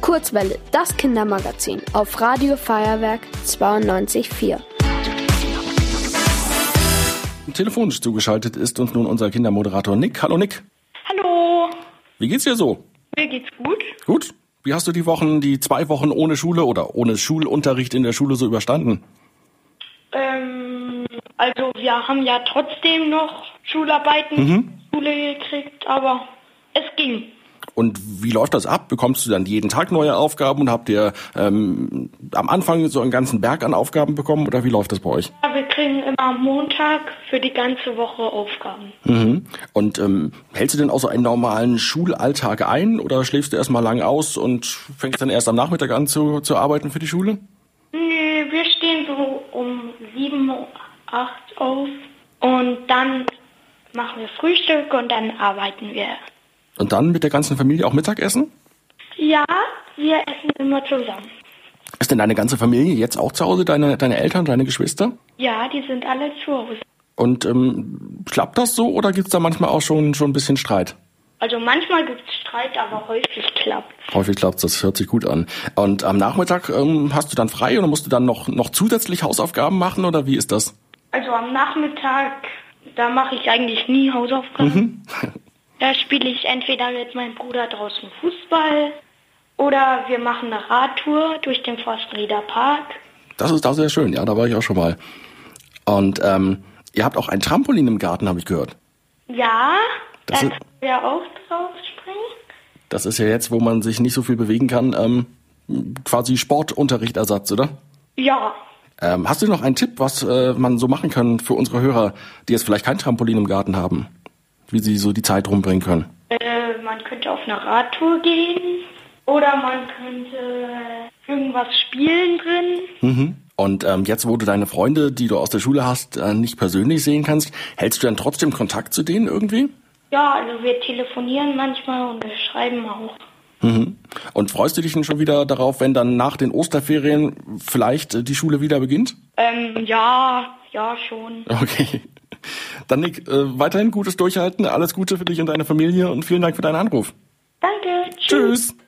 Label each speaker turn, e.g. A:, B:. A: Kurzwelle, das Kindermagazin auf Radio Feuerwerk 924.
B: Telefonisch zugeschaltet ist uns nun unser Kindermoderator Nick. Hallo Nick,
C: Hallo,
B: wie geht's dir so?
C: mir geht's gut.
B: Gut. Wie hast du die Wochen, die zwei Wochen ohne Schule oder ohne Schulunterricht in der Schule so überstanden?
C: Ähm, also wir haben ja trotzdem noch Schularbeiten, Schule gekriegt, aber es ging.
B: Und wie läuft das ab? Bekommst du dann jeden Tag neue Aufgaben und habt ihr ähm, am Anfang so einen ganzen Berg an Aufgaben bekommen oder wie läuft das bei euch?
C: Ja, wir kriegen immer am Montag für die ganze Woche Aufgaben.
B: Mhm. Und ähm, hältst du denn auch so einen normalen Schulalltag ein oder schläfst du erstmal lang aus und fängst dann erst am Nachmittag an zu, zu arbeiten für die Schule?
C: Nö, wir stehen so um 7, 8 auf und dann machen wir Frühstück und dann arbeiten wir.
B: Und dann mit der ganzen Familie auch Mittagessen?
C: Ja, wir essen immer zusammen.
B: Ist denn deine ganze Familie jetzt auch zu Hause, deine, deine Eltern, deine Geschwister?
C: Ja, die sind alle zu Hause.
B: Und ähm, klappt das so oder gibt's da manchmal auch schon, schon ein bisschen Streit?
C: Also manchmal gibt's Streit, aber häufig klappt's.
B: Häufig klappt das hört sich gut an. Und am Nachmittag ähm, hast du dann frei oder musst du dann noch, noch zusätzlich Hausaufgaben machen oder wie ist das?
C: Also am Nachmittag, da mache ich eigentlich nie Hausaufgaben. da spiele ich entweder mit meinem Bruder draußen Fußball oder wir machen eine Radtour durch den Forstenrieder Park.
B: Das ist da sehr schön, ja, da war ich auch schon mal. Und ähm, ihr habt auch ein Trampolin im Garten, habe ich gehört.
C: Ja,
B: Das
C: da
B: ist-
C: können wir auch drauf springen.
B: Das ist ja jetzt, wo man sich nicht so viel bewegen kann, ähm, quasi Sportunterrichtersatz, oder?
C: Ja,
B: Ähm, hast du noch einen Tipp, was äh, man so machen kann für unsere Hörer, die jetzt vielleicht kein Trampolin im Garten haben, wie sie so die Zeit rumbringen können?
C: äh, man könnte auf eine Radtour gehen oder man könnte irgendwas spielen drin.
B: Und ähm, jetzt, wo du deine Freunde, die du aus der Schule hast, äh, nicht persönlich sehen kannst, hältst du dann trotzdem Kontakt zu denen irgendwie?
C: Ja, also wir telefonieren manchmal und wir schreiben auch.
B: Mhm. Und freust du dich denn schon wieder darauf, wenn dann nach den Osterferien vielleicht äh, die Schule wieder beginnt?
C: Ähm, ja, ja schon.
B: Okay. Dann Nick, äh, weiterhin gutes Durchhalten, alles Gute für dich und deine Familie und vielen Dank für deinen Anruf.
C: Danke. Tschüss.
B: Tschüss.